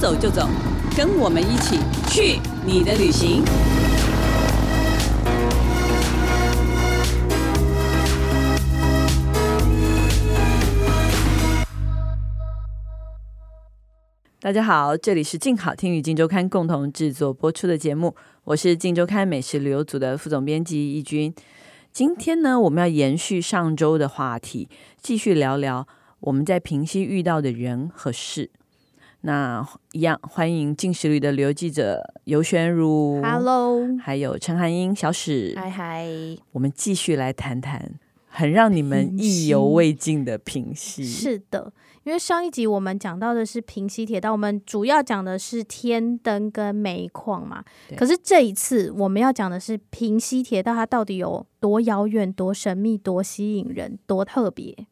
走就走，跟我们一起去你的旅行。大家好，这里是静好听与静周刊共同制作播出的节目，我是静周刊美食旅游组的副总编辑易君。今天呢，我们要延续上周的话题，继续聊聊我们在平溪遇到的人和事。那一样欢迎进食旅的旅游记者尤玄如 Hello，还有陈涵英、小史，嗨嗨，我们继续来谈谈很让你们平意溪犹未尽的平溪。是的，因为上一集我们讲到的是平西铁道，我们主要讲的是天灯跟煤矿嘛对。可是这一次我们要讲的是平西铁道，它到底有多遥远、多神秘、多吸引人、多特别？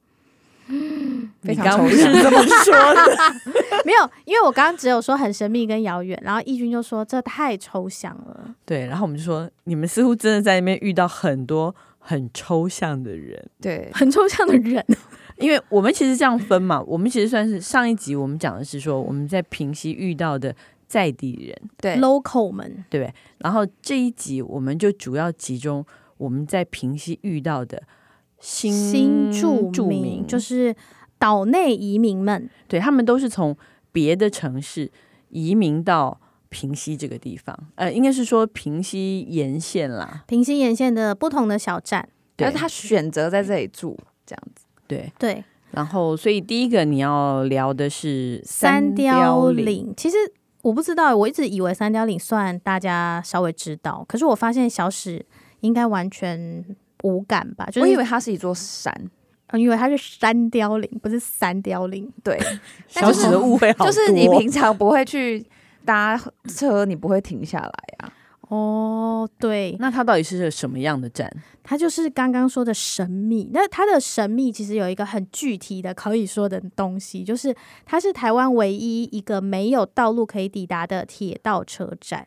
你非常刚不抽是象这么说的？ 没有，因为我刚刚只有说很神秘跟遥远，然后义军就说这太抽象了。 对，然后我们就说，你们似乎真的在那边遇到很多很抽象的人，对，很抽象的人，因为我们其实这样分 嘛，我们其实算是上一集我们讲的是说我们在平溪遇到的在地人，对 local 们，对不对？然后这一集我们就主要集中我们在平溪遇到的新新住住民民，就是岛内移民们，对他们都是从别的城市移民到平溪这个地方，呃，应该是说平溪沿线啦。平西沿线的不同的小站，对但是他选择在这里住，这样子。对，对，然后所以第一个你要聊的是三雕雕，岭，其实我不知道，我一直以为三雕岭算大家稍微知道，可是我发现小史应该完全无感吧，就是我以为它是一座山，呃因为它是山雕岭，不是三雕岭， 对，但小就是史的误会好多，就是你平常不会去搭车，你不会停下来啊。哦，对，那它到底是个什么样的站？它就是刚刚说的神秘。那它的神秘其实有一个很具体的可以说的东西，就是它是台湾唯一一个没有道路可以抵达的铁道车站。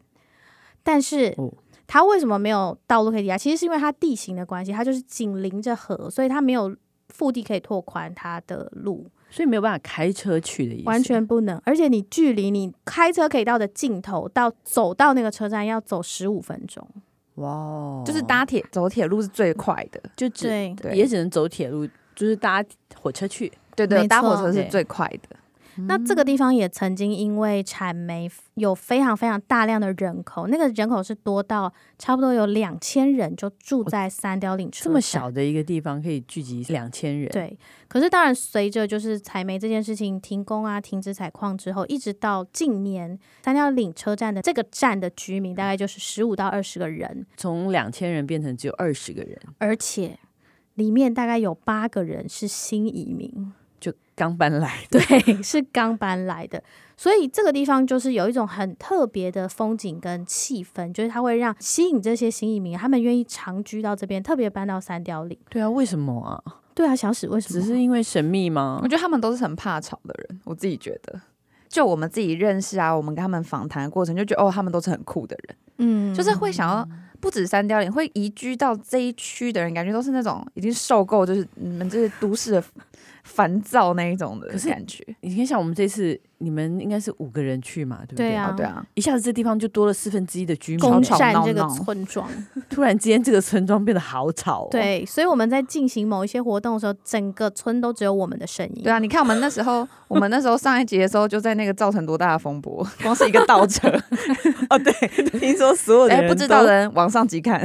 但是哦它为什么没有道路可以抵达？其实是因为它地形的关系，它就是紧邻着河，所以它没有腹地可以拓宽它的路。所以没有办法开车去的意思，完全不能。而且你距离你开车可以到的尽头，到走到那个车站要走十五分钟。哇哦，就是搭铁走铁路是最快的，就只对对也只能走铁路，就是搭火车去。对没对，错搭火车是对最快的。那这个地方也曾经因为产煤有非常非常大量的人口，那个人口是多到差不多有两千人就住在三貂岭车哦这么站小的一个地方可以聚集两千人，，对，可是当然，随着就是采煤这件事情停工啊、停止采矿之后，一直到近年三貂岭车站的这个站的居民大概就是十五到二十个人，从两千人变成只有二十个人，而且里面大概有八个人是新移 民，就刚搬来 的。对，是刚搬来的，所以这个地方就是有一种很特别的风景跟气氛，就是它会让吸引这些新移民，他们愿意长居到这边，特别搬到三貂岭。对啊，为什么啊？对啊，小史为什 么？只是因为神秘吗我？觉得他们都是很怕吵的人，我自己觉得。就我们自己认识啊，我们跟他们访谈的过程就觉得哦，他们都是很酷的人，嗯，就是会想要不止三貂岭，会移居到这一区的人，感觉都是那种已经受够就是你们这些都市的烦躁那一种的可是感觉。你可以想，我们这次你们应该是五个人去嘛，对不对？对啊哦，对啊，一下子这地方就多了四分之一的居民，攻公吵占闹这个闹村庄。突然之间这个村庄变得好吵、哦。， 对，所以我们在进行某一些活动的时候，整个村都只有我们的声音。对啊，你看我们那时候，我们那时候上一集的时候就在那个造成多大的风波， 光是一个倒 车，哦对， 听说所有的哎、人、不知道的，人往上级看，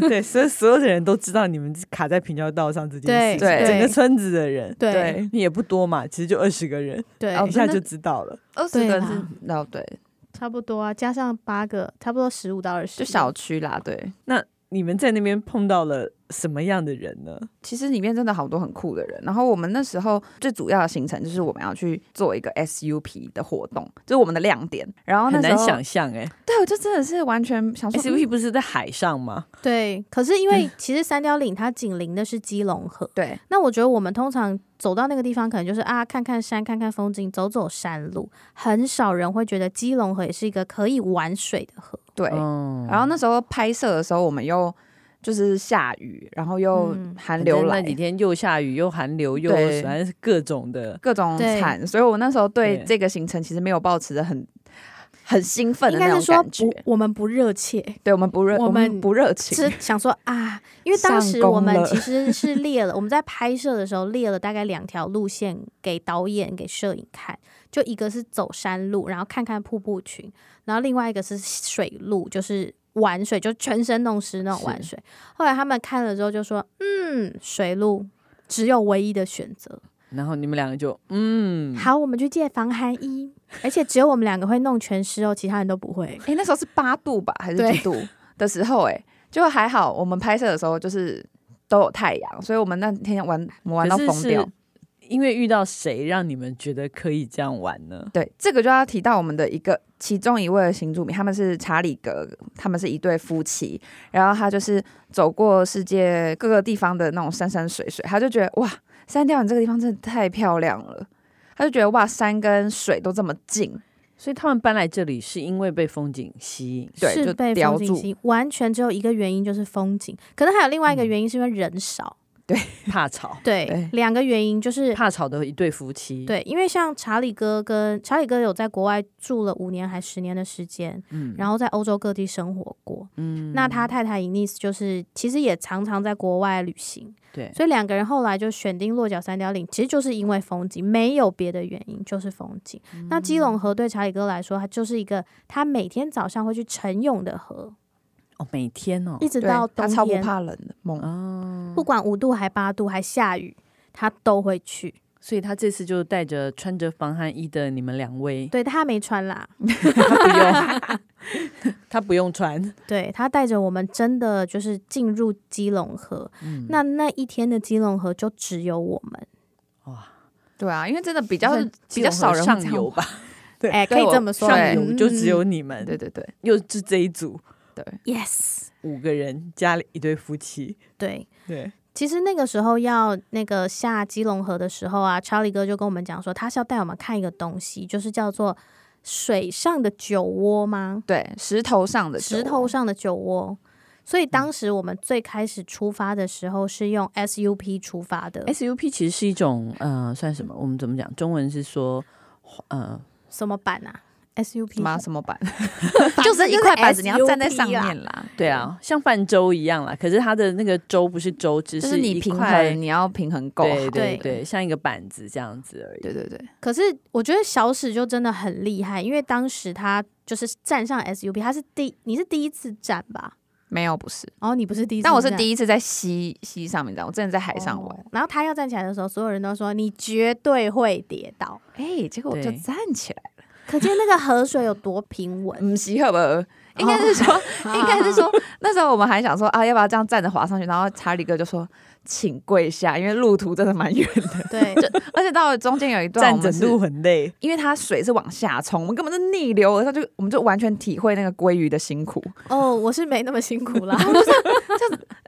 对，所以所有的人都知道你们卡在平交道上这件事情，对对整个村子的人，哎对对对，也不多嘛，其实就二十个人，对哦一下就知道了。 二十对个人啦是哦，对，差不多啊，加上八个，差不多十五到二十。就小区啦，对。你们在那边碰到了什么样的人呢？其实里面真的好多很酷的人，然后我们那时候最主要的行程就是我们要去做一个 SUP 的活动，就是我们的亮点。然哦后那很时难候，想象哎、对，我就真的是完全想说嗯 s u p 不是在海上吗？对，可是因为其实三貂岭它紧邻的是基隆河，对那我觉得我们通常走到那个地方，可能就是啊，看看山，看看风景，走走山路，很少人会觉得基隆河也是一个可以玩水的河。对，嗯然后那时候拍摄的时候，我们又就是下雨，然后又嗯寒流反正来，那几天又下雨又寒流又对反正是各种的，各种对惨，所以我那时候对对这个行程其实没有抱持着很很兴奋应的那该是说种感不觉。，我们不热切，对我们不热，我我们们不热情，是想说啊，因为当时上工我们了其 实是列了，我们在拍摄的时候列了大概两条路线给导演、给摄影看，就一个是走山路，然后看看瀑布群，然后另外一个是水路，就是玩水，就全身弄湿那种玩水。后来他们看了之后就说，嗯，水路只有唯一的选择，然后你们两个就嗯，好，我们去借防寒衣，而且只有我们两个会弄全湿哦，其他人都不会。哎、那时候是八度吧，还对是几度 的时候、诶哎，就还好。我们拍摄的时候就是都有太阳，所以我们那天玩我们玩到可是疯掉是。因为遇到谁让你们觉得可以这样玩呢？对，这个就要提到我们的一个其中一位的新住民，他们是查理格，他们是一对夫妻，然后他就是走过世界各个地方的那种山山水水，他就觉得哇，山调你这个地方真的太漂亮了，他就觉得哇，山跟水都这么近，所以他们搬来这里是因为被风景吸引，对，是就被叼风景住吸，引，完全只有一个原因就是风景，可能还有另外一个原因是因为人少。怕吵，对嗯对，两个原因就是怕吵的一对夫妻，，对，因为像查理哥跟查理哥有在国外住了五年还十年的时间，嗯然后在欧洲各地生活过。嗯，那他太太 Ines 就是其实也常常在国外旅行，对，所以两个人后来就选定落脚三貂岭，其实就是因为风景，没有别的原因，就是风景。那基嗯隆河对查理哥来说，它就是一个他每天早上会去晨泳的河，哦，每天哦一，直对到，冬他超不天，嗯怕冷的，猛哦，不管五度还八度还下雨，他都会去。所以他这次就带着穿着防寒衣的你们两位，对他没穿啦，他不用，他不用 穿，对他带着我们真的就是进入基隆河，那那一天的基隆河就只有我们，对啊，因为真的比较算比较少人会上这样游吧， 对嗯哎、可对以我这么说，上对游就只有你们，对对对又是这一组对， yes，五个人加了一对夫妻，对。对，其实那个时候要那个下基隆河的时候啊，查理哥就跟我们讲说，他是要带我们看一个东西，就是叫做水上的酒窝吗？对，石头上的石酒头上的酒窝。嗯所以当时我们最开始出发的时候是用 SUP 出发的， SUP 其实是一种呃，算什么？我们怎么讲？中文是说呃，什么板啊什么？SUP 什么板，反就正是一块板子，你要站在 SUP 上啦面啦。对啊，像泛舟一样啦。可是它的那个舟不是舟，只就是一你平块衡，你要平衡够好。对对对对，像一个板子这样子而已。对对对可是我觉得小史就真的很厉害，因为当时他就是站上 SUP，他是第你是第一次站吧？没有不是，哦，你不是第一次站，但我是一第一次在溪溪上面这样，我之前在海上玩，然后他要站起来的时候，所有人都说你绝对会跌 倒，哎、结果我就对站起来，可见那个河水有多平稳。 嗯，喜好吧。应该是 说，应该是说，那时候我们还想说啊，要不要这样站着滑上去？然后查理哥就说，请跪下，因为路途真的蛮远的，对，而且到了中间有一段站啊我着们是路，很累，因为它水是往下冲，我们根本是逆流，而上，就我们就完全体会那个鲑鱼的辛苦，哦，我是没那么辛 苦啦。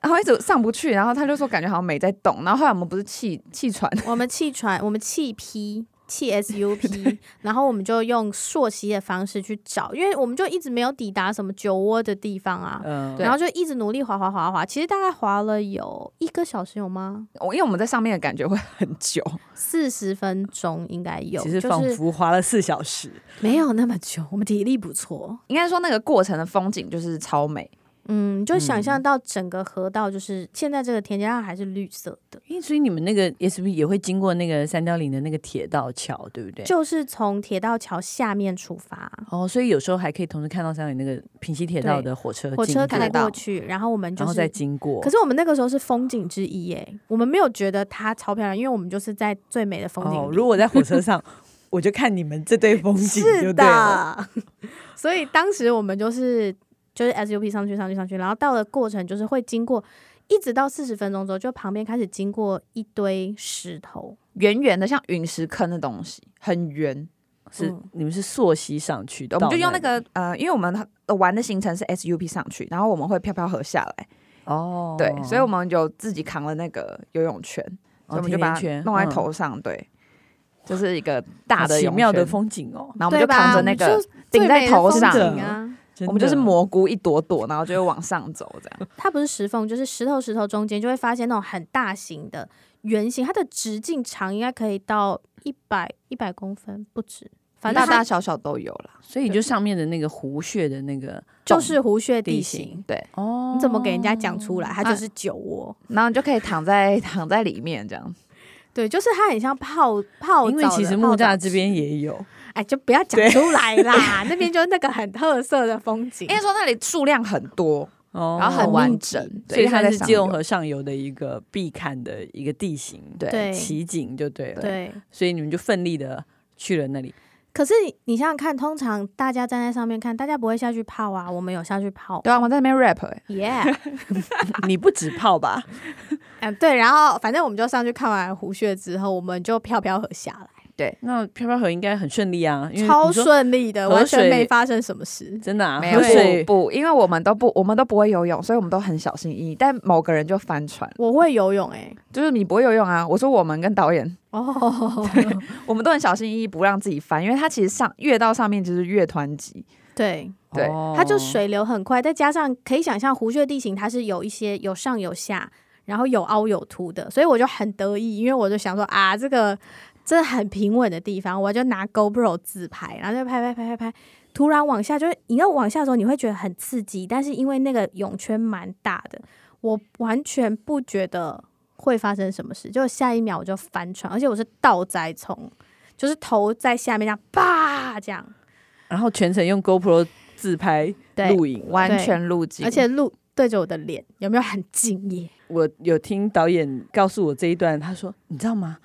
然后一直上不去，然后他就说感觉好像没在动，然后后来我们不是气气喘，我们弃船，我们弃 P。弃 SUP，然 后我们就用溯溪的方式去找，因为我们就一直没有抵达什么酒窝的地方啊，嗯，对然后就一直努力滑滑滑滑，其实大概滑了有一个小时有吗？我因为我们在上面的感觉会很久，四十分钟应该有，其实就仿是佛滑了四小时。没有那么久，我们体力不错。应该说那个过程的风景就是超美，嗯，就想象到整个河道，就是现在这个田间上还是绿色的，因为所以你们那个 SUP 也会经过那个三貂岭的那个铁道桥，对不对？就是从铁道桥下面出发，哦，所以有时候还可以同时看到三貂岭那个平西铁道对的火车经火过，车开得到过去，然后我们然就后再是。经过。可是我们那个时候是风景之一耶，我们没有觉得它超漂亮，因为我们就是在最美的风景里。哦，如果在火车 上，我就看你们这对风景就是对了。的， 所以当时我们就是就是 SUP 上去上去上去，然后到了过程就是会经过，一直到四十分钟之后，就旁边开始经过一堆石头，圆圆的，像陨石坑的东西，很圆。是嗯你们是溯溪上去的，我们就用那个呃，因为我们玩的行程是 SUP 上去，然后我们会漂漂河下来，哦，对，所以我们有自己扛了那个游泳圈，所以我哦们甜就把甜它圈弄在嗯头上，对，就是一个大好的奇游泳妙的圈，风景哦，然后我们对就吧扛着那我个们就顶在头上最美的风景啊。真我们就是的蘑菇一朵朵，然后就会往上走这样。 它不是石缝，就是石头石头中间就会发现那种很大型的圆形，它的直径长应该可以到一百一百公分不止，反正大它大小小都有啦。所以就上面的那个湖穴的那个就是湖穴地地形啊形。对，哦，你怎么给人家讲出来？它它就是酒窝，然后你就可以躺在躺在里面这 样。对，就是它很像泡泡澡的。因为其实木泡澡栅这边也有，哎，就不要讲对出来啦，那边就那个很特色的风景应。该说那里数量很多，哦然后很玩完整，对所以它在是上基隆游河上游的一个必看的一个地形，对对奇景就对了。，对，所以你们就奋力的去了那里。 可是你你想想看，通常大家站在上面看，大家不会下去泡啊，我们有下去泡。对啊，我在那边 rap 哎、 Yeah，你不止泡吧？ 嗯，对，然后反正我们就上去看完湖穴之后，我们就飘飘河下来，那漂漂河应该很顺利啊，因为超你说顺利的，河完全水没发生什么事。真的啊，没有河水不不，因为我们都不我们都不会游泳，所以我们都很小心翼翼。但某个人就翻船，我会游泳哎、就是你不会游泳啊。我说我们跟导演，哦， 我们都很小心翼翼，不让自己翻，因为它其实上越到上面就是越湍急。对，对哦它就水流很快，再加上可以想象湖穴地形，它是有一些有上有下，然后有凹有凸的，所以我就很得意，因为我就想说啊，这个这很平稳的地方，我就拿 GoPro 自拍，然后就拍拍拍拍拍，突然往下，就是你要往下的时候，你会觉得很刺激，但是因为那个泳圈蛮大的，我完全不觉得会发生什么事，就下一秒我就翻船，而且我是倒栽葱，就是头在下面这样啪这样，然后全程用 GoPro 自拍对，录影。完全入境，而且录对着我的脸，有没有很敬业？我有听导演告诉我这一段，他说：“你知道吗？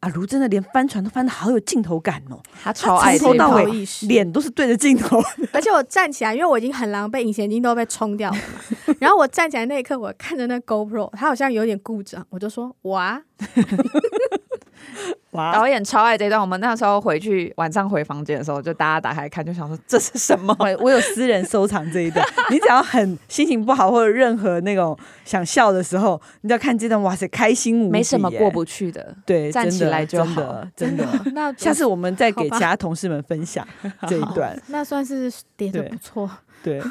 阿卢真的连翻船都翻的好有镜头感哦，他超爱从这头一到套尾不好意思脸都是对着镜头。 而且我站起来，因为我已经很狼狈，隐形眼镜都被冲掉了嘛。然后我站起来那一刻，我看着那 GoPro，它好像有点故障，我就说哇，哇，导演超爱这一段。我们那时候回去晚上回房间的时候，就大家打开看，就想说这是什么？我我有私人收藏这一段， 你只要很心情不好或者任何那种想笑的时候，你只要看这段，哇塞，开心无比耶，没什么过不去的。对，站起来就真好的真的。 真的那下次我们再给好吧其他同事们分 享这一段。那算是点的对不错。对，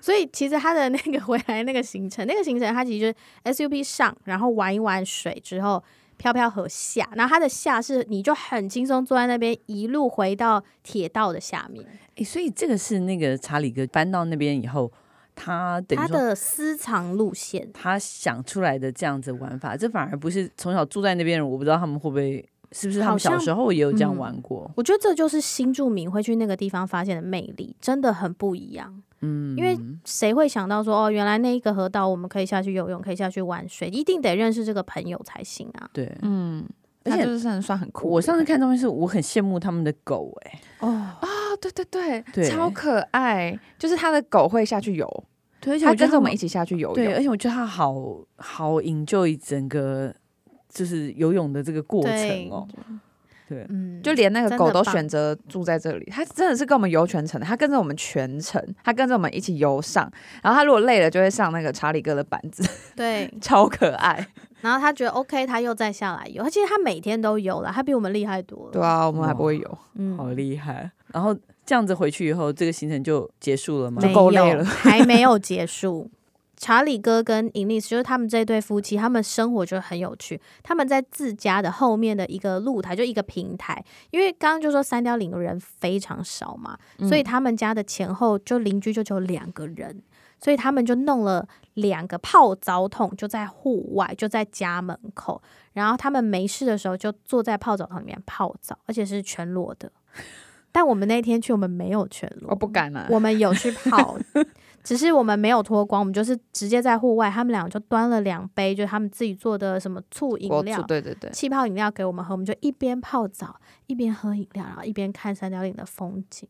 所以其实他的那个回来那个行程，那个行程它其实就是 SUP 上，然后玩一玩水之后。飘飘河下，然后它的下是你就很轻松坐在那边，一路回到铁道的下面。诶所以这个是那个查理哥搬到那边以后，他等于它说的私藏路线，他想出来的这样子玩法，这反而不是从小住在那边的人，我不知道他们会不会是不是他们好像小时候也有这样嗯玩过。我觉得这就是新住民会去那个地方发现的魅力，真的很不一样。嗯，因为谁会想到说，哦，原来那一个河道我们可以下去游泳，可以下去玩水，一定得认识这个朋友才行啊。对，嗯，而而且且就是很算很酷的。我上次看照片是我很羡慕他们的狗、诶，哎，哦啊，对对对，对超可爱。就是他的狗会下去游，对，而且它跟着我们一起起下去游对，泳。而且我觉得他好好 enjoy 整个就是游泳的这个过程哦、对，嗯，就连那个真狗的都棒选择住在这里，它真的是跟我们游全程的，它跟着我们全程，它跟着我们一起游上，然后它如果累了就会上那个查理哥的板子， 对。超可爱。 然后他觉得 OK，他又再下来游，他其实他每天都游了，他比我们厉害多了。对，啊，我们还不会游，嗯好厉害。然后这样子回去以后，这个行程就结束了吗？没够有累了还没有结束。 查理哥跟 Ines 就是他们这对夫妻，他们生活就很有趣。他们在自家的后面的一个露台，就一个平台，因为刚刚就说三貂岭的人非常少嘛，嗯所以他们家的前后就邻居就只有两个人，所以他们就弄了两个泡澡桶，就在户外，就在家门口。然后他们没事的时候就坐在泡澡桶里面泡澡，而且是全裸的。但我们那天去，我们没有全裸，我不敢啊。我们有去泡， 只是我们没有脱光，我们就是直接在户外，他们俩就端了两杯，就是他们自己做的什么醋饮我料住、对对对，气泡饮料给我们喝，我们就一边泡澡，一边喝饮料，然后一边看三角岭的风景。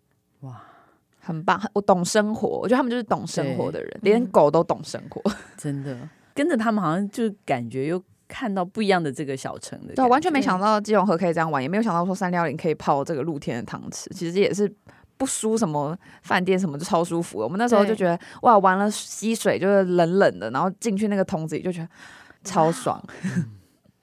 很棒，我懂生活，我觉得他们就是懂生活的人，对连嗯狗都懂生活，真的跟着他们，好像就感觉又看到不一样的这个小城的感觉。对，啊啊完全没想到基隆河可以这样玩，也没有想到说三六零可以泡这个露天的汤池，其实也是不输什么饭店什么，就超舒服的。我们那时候对就觉得哇，玩了溪水就是冷冷的，然后进去那个桶子里就觉得超爽。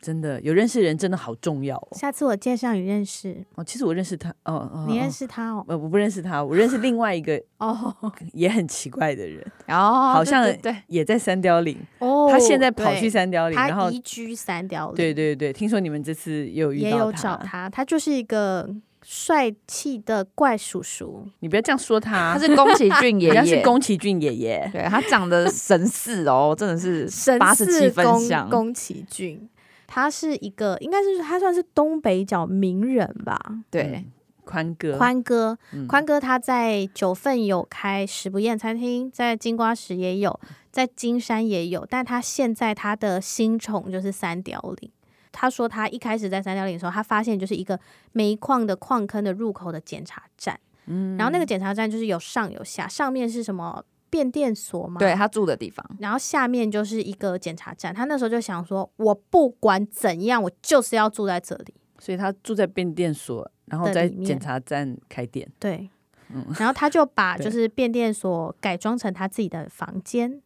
真的有认识人真的好重要哦。下次我介绍你认识，哦，其实我认识他，哦哦，你认哦？识他哦。呃，我不认识他，我认识另外一个哦也很奇怪的人，然 后好像对对对也在三貂岭。哦他现在跑去，三貂对岭，然他后移居三貂岭，对对对，听说你们这次也有遇也到有找他，他就是一个帅气的怪叔叔，你不要这样说他，啊他是宫 崎骏爷人家爷，是宫崎骏爷爷。对他长得神似哦，真的 是神八十七似分宫像。宫崎骏。他是一个，应该是他算是东北角名人吧，对，宽哥，宽哥，嗯宽哥他在九份有开食不厌餐厅，在金瓜石也有，在金山也有，但他现在他的新宠就是三貂岭。他说他一开始在三貂岭的时候，他发现就是一个煤矿的矿坑的入口的检查站，嗯，然后那个检查站就是有上有下，上面是什么变电所吗？对他住的地方，然后下面就是一个检查站，他那时候就想说，我不管怎样，我就是要住在这里。所以他住在变电所，然后的在里面检查站开店。对，嗯然后他就把对就是变电所改装成他自己的房间，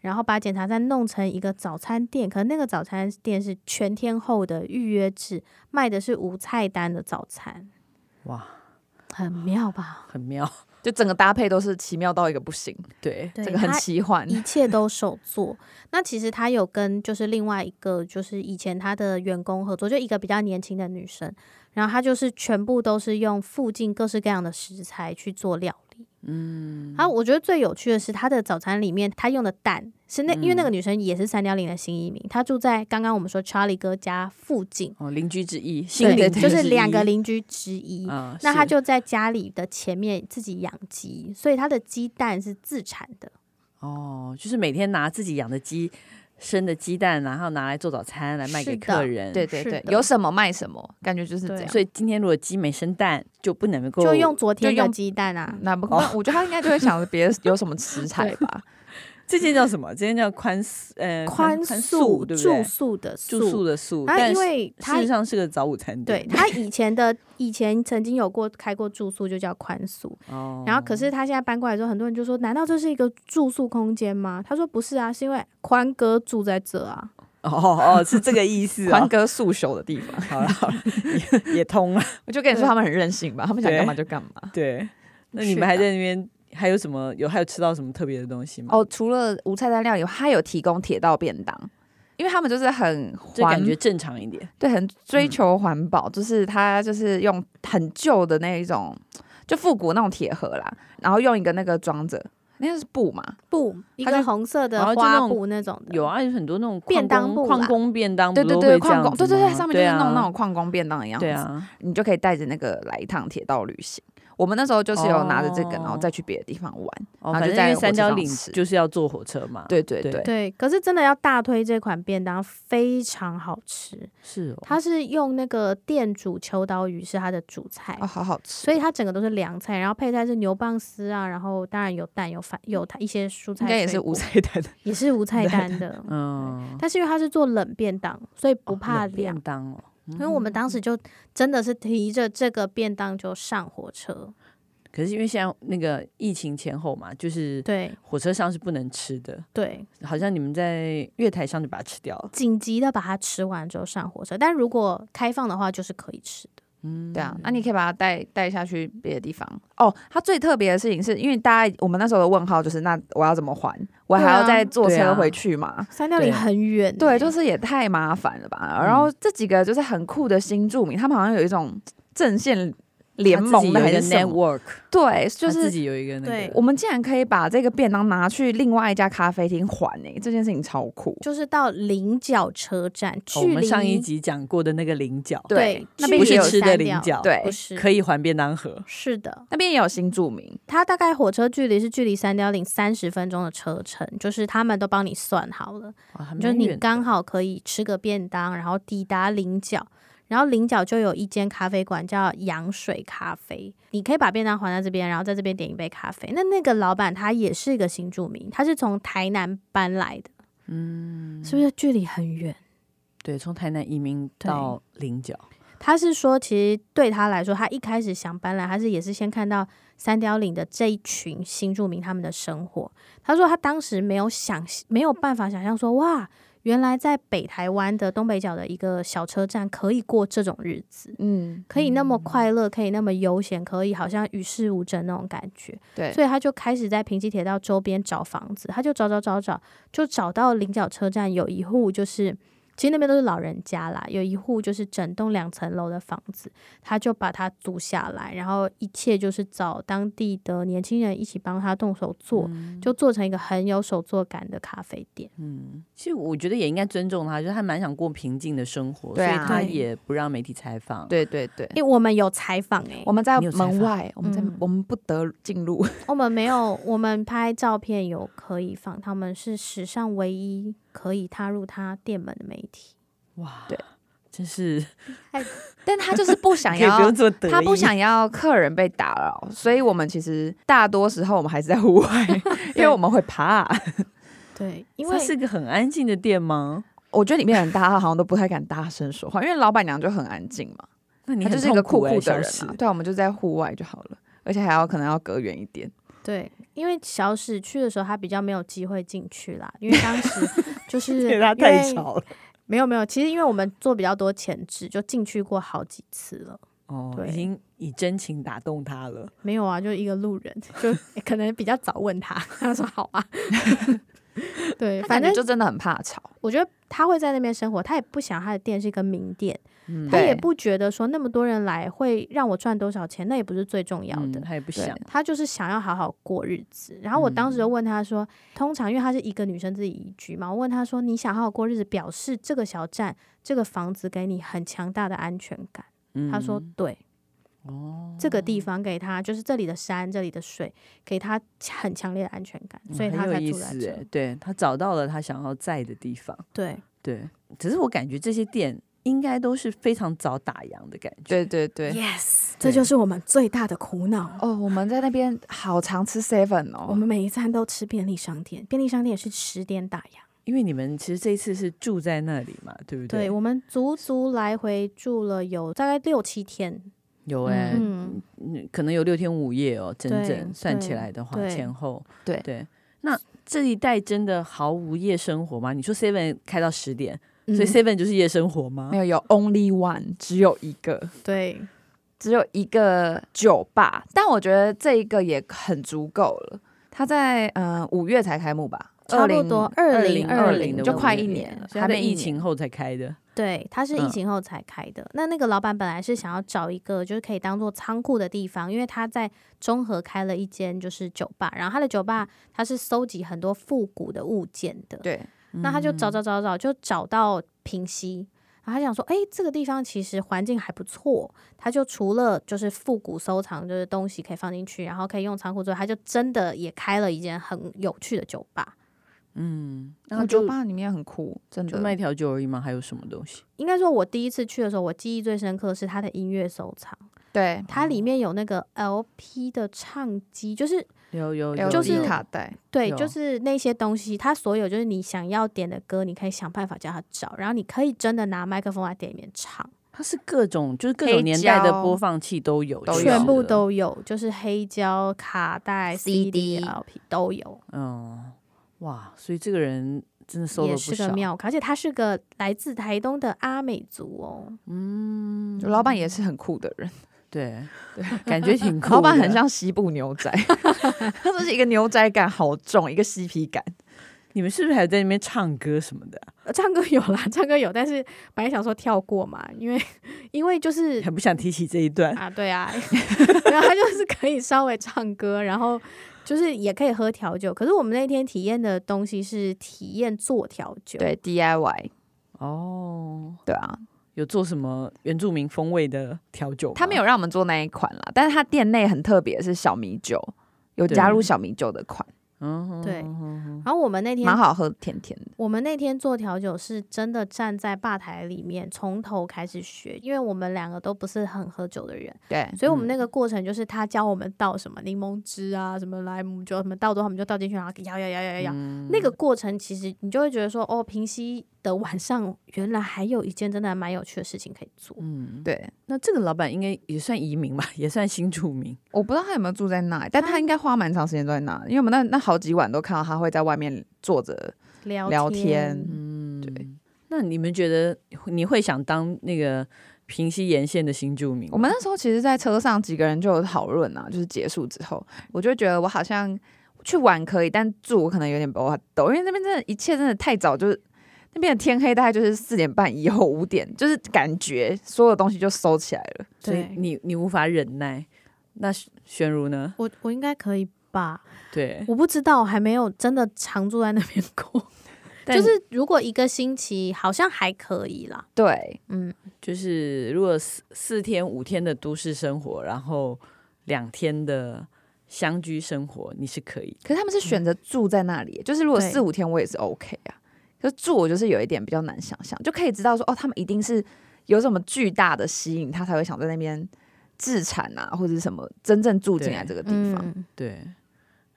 然后把检查站弄成一个早餐店，可能那个早餐店是全天候的预约制，卖的是无菜单的早餐，哇，很妙吧？很妙。就整个搭配都是奇妙到一个不行，对，对这个很他奇幻。一切都手做。那其实他有跟就是另外一个就是以前他的员工合作，就一个比较年轻的女生，然后她就是全部都是用附近各式各样的食材去做料理。嗯，啊，我觉得最有趣的是她的早餐里面，她用的蛋是那，因为那嗯个女生也是三幺零的新移民，她住在刚刚我们说查理哥家附近，哦，邻居之一，新对，邻居就是之两个一。邻居之一。啊，那是他就在家里的前面自己养鸡，所以他的鸡蛋是自产的。哦，就是每天拿自己养的鸡生的鸡蛋，然后拿来做早餐来卖给是的客人。对对是对，的有什么卖什么，感觉就是这对样。所以今天如果鸡没生蛋，就不能够就用昨天就的用鸡蛋啊，那不，那我觉得他应该就会想着别的有什么食 材吧。这件叫什么？这件叫宽素呃宽素，对不住对？宿的宿。住宿的宿，啊，但因是为事他实上是个早午餐对店。他以前的以前曾经有过开过住宿，就叫宽宿。哦，然后可是他现在搬过来之后，很多人就说：“难道这是一个住宿空间吗？”他说：“不是啊，是因为宽哥住在这啊。哦哦，是这个意思 宽哦。哥速朽的地方，好了好了，也也通了。 我就跟你说他们很任性吧，他们想对干嘛就干嘛。对，那你是们还的在那边还有什么？有还有吃到什么特别的东西吗？哦，除了无菜单料以外，他有提供铁道便当，因为他们就是很这环感觉嗯正常一点。对，很追求环保，就是他就是用很旧的那一种，就复古那种铁盒啦，然后用一个那个装着，那是布嘛，”布，一他个就红色的哦就那花种布那种的，有啊，有很多那种便矿当工部矿啦工便当，对对对，矿工，对对对，上面就是弄那那种矿工便当一样子，啊对啊，你就可以带着那个来一趟铁道旅行。我们那时候就是有拿着这个，哦然后再去别的地方玩。哦，然后反正就因在为火三车角上岭吃就是要坐火车嘛。，对对对，对对。可是真的要大推这款便当，非常好吃。是哦。它是用那个店主秋刀鱼是它的主菜哦，好好吃。所以它整个都是凉菜，然后配菜是牛蒡丝啊，然后当然有蛋有饭有它一些蔬菜，应该也是水果无菜单的，也是无 菜单的。嗯，但是因为它是做冷便当，所以不哦怕冷便凉。当哦，因为我们当时就真的是提着这个便当就上火车，可是因为现在那个疫情前后嘛，就是对火车上是不能吃的，对，好像你们在月台上就把它吃掉了。紧急的把它吃完之后上火车。但如果开放的话，就是可以吃的。对嗯啊，那你可以把它带带下去别的地方。哦，它最特别的事情是因为大家我们那时候的问号就是，那我要怎么还？我还对要啊再坐对啊车回去嘛？三六零对嗯很远欸、对，就是也太麻烦了吧。然后这几个就是很酷的新著名，他们好像有一种阵线联它自盟己的有一还个是什么？ network，对，它就自是己有一个哦那对个我们竟然可以把这个便当拿去另外一家咖啡厅还呢、这件事情超酷。就是到菱角车站，哦距我离、们上一集讲过的那个菱角，对，那距边不离是也有吃的三菱条角，对不是可以还便当盒。是的，那边也有新著名，它大概火车距离是距离三貂岭三十分钟的车程，就是他们都帮你算好了，哇，还就是蛮你远的。刚好可以吃个便当，然后抵达菱角，然后菱角就有一间咖啡馆叫羊水咖啡，你可以把便当还在这边，然后在这边点一杯咖啡。那那个老板他也是一个新住民，他是从台南搬来的，嗯，是不是距离很远？对，从台南移民对到菱角，他是说，其实对他来说，他一开始想搬来，他是也是先看到三貂岭的这一群新住民他们的生活。他说他当时没有想，没有办法想象说，哇，原来在北台湾的东北角的一个小车站可以过这种日子，嗯，可以那么快乐，可以那么悠闲，可以好像与世无争那种感觉。对，所以他就开始在平溪铁道周边找房子，他就找找找找，就找到菱角车站有一户就是其实那边都是老人家啦，有一户就是整栋两层楼的房子，他就把它租下来，然后一切就是找当地的年轻人一起帮他动手做，就做成一个很有手作感的咖啡店。其实我觉得也应该尊重他，就是他蛮想过平静的生活，对所啊以他对也不让媒体采访。，对对对，诶，我们有采访诶，我们在你有采访门外，我们在嗯我们不得进入。我们没有，我们拍照片有可以放，他们是史上唯一可以踏入他店门的媒体。哇，对，真是 但他就是不 想可以不要用，做得意，他不想要客人被打扰，所以我们其实大多时候我们还是在户 外，因为我们会怕。对，因它为是个很安静的店吗？我觉得里面的人大家好像都不太敢大声说话，因为老板娘就很安静嘛，那你她很就是一个痛苦酷欸酷的小人史啊。对啊，我们就在户外就好了，而且还要可能要隔远一点。对，因为小史去的时候，他比较没有机会进去啦，因为当时就 是对他因太为吵了。没有没有，其实因为我们做比较多前置，就进去过好几次了。哦，对已经以真情打动他了。没有啊，就一个路人，就可能比较早问他， 他说好啊。对，她反感觉正就真的很怕吵，我觉得他会在那边生活，他也不想他的店是一个名店，嗯他也对不觉得说那么多人来会让我赚多少钱，那也不是最重要的。嗯他也不对想。他就是想要好好过日子，然后我当时就问他说，通常因为她是一个女生自己移居嘛，我问他说，你想好好过日子，表示这个小站、这个房子给你很强大的安全感。他说嗯对，哦，这个地方给他就是这里的山、这里的水，给他很强烈的安全感，所以他嗯很有才意住在思这。欸，对他找到了他想要在的地方。对，对，只是我感觉这些店应该都是非常早打烊的感觉。对对对。 Yes，这就是我们最大的苦恼。哦，我们在那边好常吃 seven 哦，每一餐都吃便利商店，便利商店也是十点打烊。因为你们其实这一次是住在那里嘛，对不对，我们足足来回住了有大概六七天。有哎、嗯，嗯可能有六天五夜哦，整对整算起对来的话，对前后对对。那这一带真的毫无夜生活吗？你说 Seven 开到十点，所以嗯 Seven 就是夜生活吗没？有有 only one，只有一个。对，只有一个酒吧，但我觉得这一个也很足够了。它在嗯五、月才开幕吧，差不多二2020的零就五快月一年了，所以还它在没一疫年情。后才开的。对，他是疫嗯情后才开的。那那个老板本来是想要找一个就是可以当做仓库的地方，因为他在中和开了一间就是酒吧，然后他的酒吧他是搜集很多复古的物件的。对，嗯那他就嗯找找找找，就找到平溪。然后他想说，哎，这个地方其实环境还不错。他就除了就是复古收藏，就是东西可以放进去，然后可以用仓库之外，他就真的也开了一间很有趣的酒吧。然后酒吧里面很酷，真就的。卖调酒而已吗？还有什么东西？应该说，我第一次去的时候，我记忆最深刻是他的音乐收藏。对，它哦里面有那个 LP 的唱机，就是有有有，就 LG 是卡带，对，有就是那些东西，它所有就是你想要点的歌，你可以想办法叫它找，然后你可以真的拿麦克风在店里面唱，它是各种就是各黑种年代的胶播放器都有，就都有是全部了都有，就是黑胶、卡带、 CD CD、LP 都有，嗯，哇，所以这个人真的收了也不是个少。妙咖，而且他是个来自台东的阿美族哦，老板也是很酷的人，对，感觉 挺酷的。老板很像西部牛仔，他就是一个牛仔感好重，一个嬉皮感。你们是不是还有在那边唱歌什么的啊？呃唱歌有啦，唱歌有，但是本来想说跳过嘛，因为因为就是很不想提起这一段。啊，对啊， 然后他就是可以稍微唱歌，然后就是也可以喝调酒。可是我们那天体验的东西是体验做调酒，对 DIY， 哦，对啊，有做什么原住民风味的调酒吗？他没有让我们做那一款啦，但是他店内很特别，是小米酒，有加入小米酒的款，嗯，对嗯嗯嗯然后我们那天蛮好喝，甜甜的。我们那天做调酒是真的站在吧台里面从头开始学，因为我们两个都不是很喝酒的人，对，所以我们那个过程就是他教我们倒什么柠檬汁啊，什么莱姆酒，什么倒多少我们就倒进去，然后摇摇摇摇摇。那个过程其实你就会觉得说，哦，平息的晚上原来还有一件真的还蛮有趣的事情可以做。对，那这个老板应该也算移民吧， 也算新住民。我不知道他有没有住在那，但他应该花蛮长时间在那，因为我们那那好几晚都看到他会在外面坐着聊聊天天，，对，那你们觉得你会想当那个平西沿线的新住民吗？我们那时候其实，在车上几个人就有讨论啊，就是结束之后，我就觉得我好像去玩可以，但住我可能有点不怕抖，因为那边真的一切真的太早，就是那边的天黑大概就是四点半以后五点，就是感觉所有东西就收起来了。所以对，你你无法忍耐。那玄如呢？我我应该可以吧？对，我不知道，还没有真的常住在那边过。但就是如果一个星期，好像还可以啦。对，嗯，就是如果四四天五天的都市生活，然后两天的乡居生活，你是可以的。可是他们是嗯选择住在那里，就是如果对四五天我也是 OK 啊。可是住我就是有一点比较难想象，就可以知道说哦，他们一定是有什么巨大的吸引，他才会想在那边自产啊，或者是什么真正住进来对这个地方。嗯，对，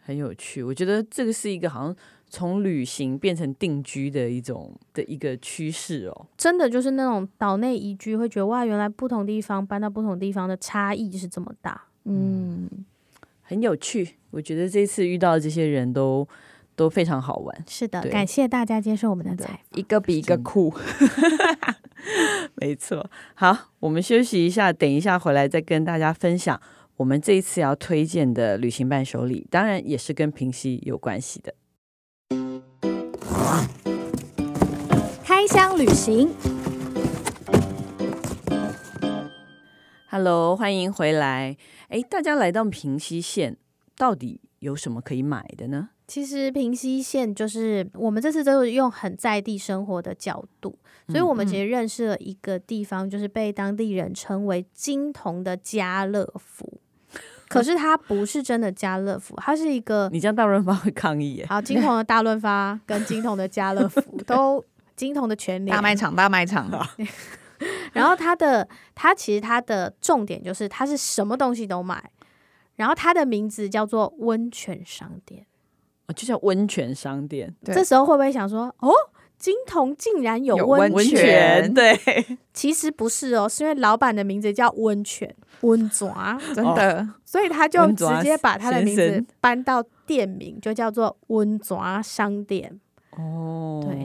很有趣。我觉得这个是一个好像从旅行变成定居的一种的一个趋势哦。真的就是那种岛内移居，会觉得哇，原来不同地方搬到不同地方的差异是这么大。嗯，很有趣。我觉得这次遇到的这些人都都非常好玩， 是的，对感谢大家接受我们的采一个比一个真的酷。没错。好，我们休息一下，等一下回来再跟大家分享我们这一次要推荐的旅行伴手礼，当然也是跟平息有关系的。访。开箱旅行， Hello，欢迎回来。哎，大家来到平西县，到底有什么可以买的呢？其实平西县就是我们这次都是用很在地生活的角度，所以我们其实认识了一个地方，就是被当地人称为“金童”的家乐福。可是它不是真的家乐福，它是一个 你这样大润发会抗议耶。好金童的大润发跟金童的家乐福都金童的全联大卖场，大 卖场，哦然后它的它其实它的重点就是它是什么东西都买，然后它的名字叫做温泉商店。哦就像温泉商店对这时候会不会想说，哦，金童竟然有有温温泉？泉对，其实不是哦，是因为老板的名字叫温泉温爪，真的。嗯所以他就温直爪接把他的先名字生搬到店名，就叫做温爪商店。哦，对，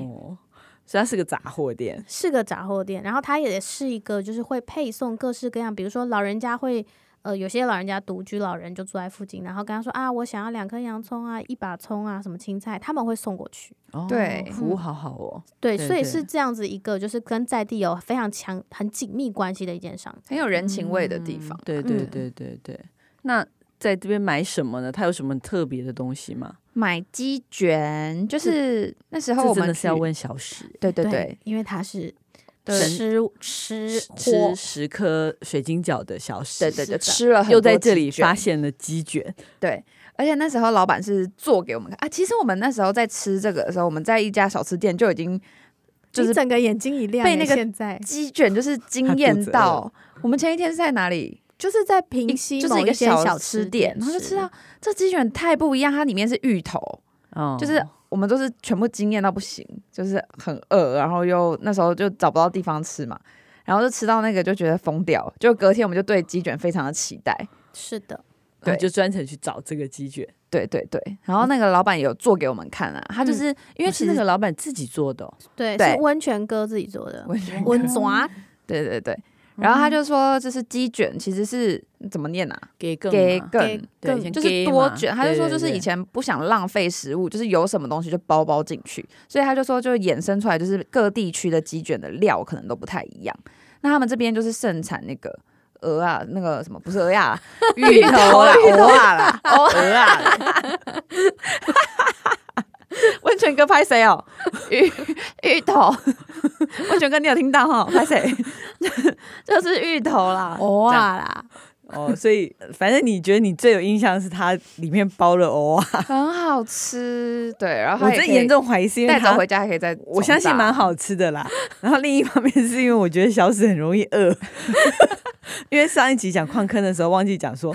所以它是个杂货店，是个杂货店，然后它也是一个就是会配送各式各样，比如说老人家会。呃，有些老人家独居，老人就住在附近，然后跟他说啊，我想要两颗洋葱啊，一把葱啊，什么青菜，他们会送过去。哦对服务好好哦。对，对所以对是这样子一个，就是跟在地有非常强、很紧密关系的一件商品。很有人情味的地方。对对嗯对对对。那在这边买什么呢？它有什么特别的东西吗？买鸡卷就是那时候这我真们的是要去，问小石。对对对对，因为它是对吃吃货吃，十颗水晶饺的小石，对对对，的吃了很多又在这里鸡卷发现了鸡卷，对。而且那时候老板是做给我们看啊。其实我们那时候在吃这个的时候，我们在一家小吃店就已经就你是整个眼睛一亮被耶。那个现在鸡卷就是惊他肚艳子饿到。我们前一天是在哪里？就是在一平西就是某个些小吃店，然后就吃到这鸡卷太不一样，它里面是芋头，哦就是我们都是全部惊艳到不行，就是很饿，然后又那时候就找不到地方吃嘛，然后就吃到那个就觉得疯掉，就隔天我们就对鸡卷非常的期待，是的，对，对就专程去找这个鸡卷。对对对，然后那个老板有做给我们看啊，他就是、因因为为其是实那个老板自己做的哦，对，对是温泉哥自己做的温泉温爪，对对对，然后他就说这是鸡卷，其实是怎么念啊？给更给嘛更对更以前就是给多嘛卷，他就说就对对是以对前不想浪费食物，就是有什么东西就包包进去，所以他就说就衍生出来就是各地区的鸡卷的料可能都不太一样。那他们这边就是盛产那个鹅啊，那个什么不是鹅呀、芋头啦，鹅啊啦，鹅啊。温泉哥拍谁哦？芋芋头，温泉哥你有听到哈？拍谁？ 就是芋头啦，哦这样啊啦，哦，所以反正你觉得你最有印象是它里面包了藕啊，很好吃。对，然后我它也真可以严重怀疑是因为带它走回家还可以再，我相信蛮。好吃的啦。然后另一方面是因为我觉得小史很容易饿， 因为上一集讲矿坑的时候忘记讲说，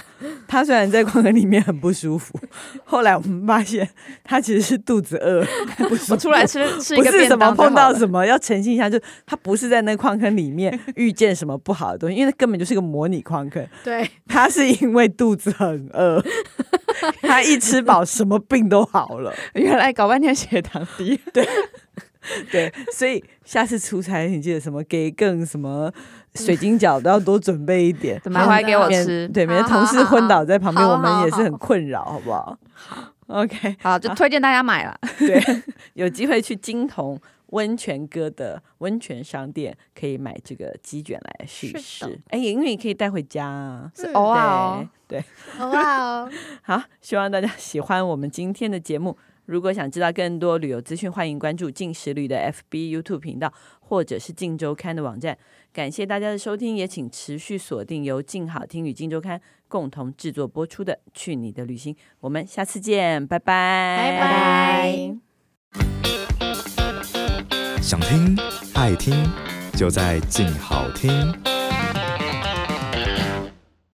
他虽然在矿坑里面很不舒服，后来我们发现他其实是肚子饿，不舒 服。我出来吃 吃一不个是便什么当碰到么， 什么，要澄清一下，就他不是在那个矿坑里面遇见什么不好的东西，因为那根本就是个模拟矿坑，对，他是因为肚子很饿，他一吃饱什么病都好了。原来搞半天血糖低。，对，所以下次出差你记得什么给更什么水晶饺都要多准备一点怎么回来给我免吃？对，免得好同好事好昏倒在旁边，好我们好也是很好困扰，好不好？OK，好，就推荐大家买了。有机会去金童温泉哥的温泉商店可以买这个鸡卷来试一是的试。哎，因为你可以带回家啊。是偶尔对对，哦 哦，哇哦，好，希望大家 喜欢我们今天的节目。如果想知道更多旅游资讯，欢迎关注进食旅的 FB、YouTube 频道，或者是静周刊的网站。感谢大家的收听，也请持续锁定由静好听与静周刊共同制作播出的《去你的旅行》，我们下次见，拜拜，拜拜。想听爱听，就在静好听。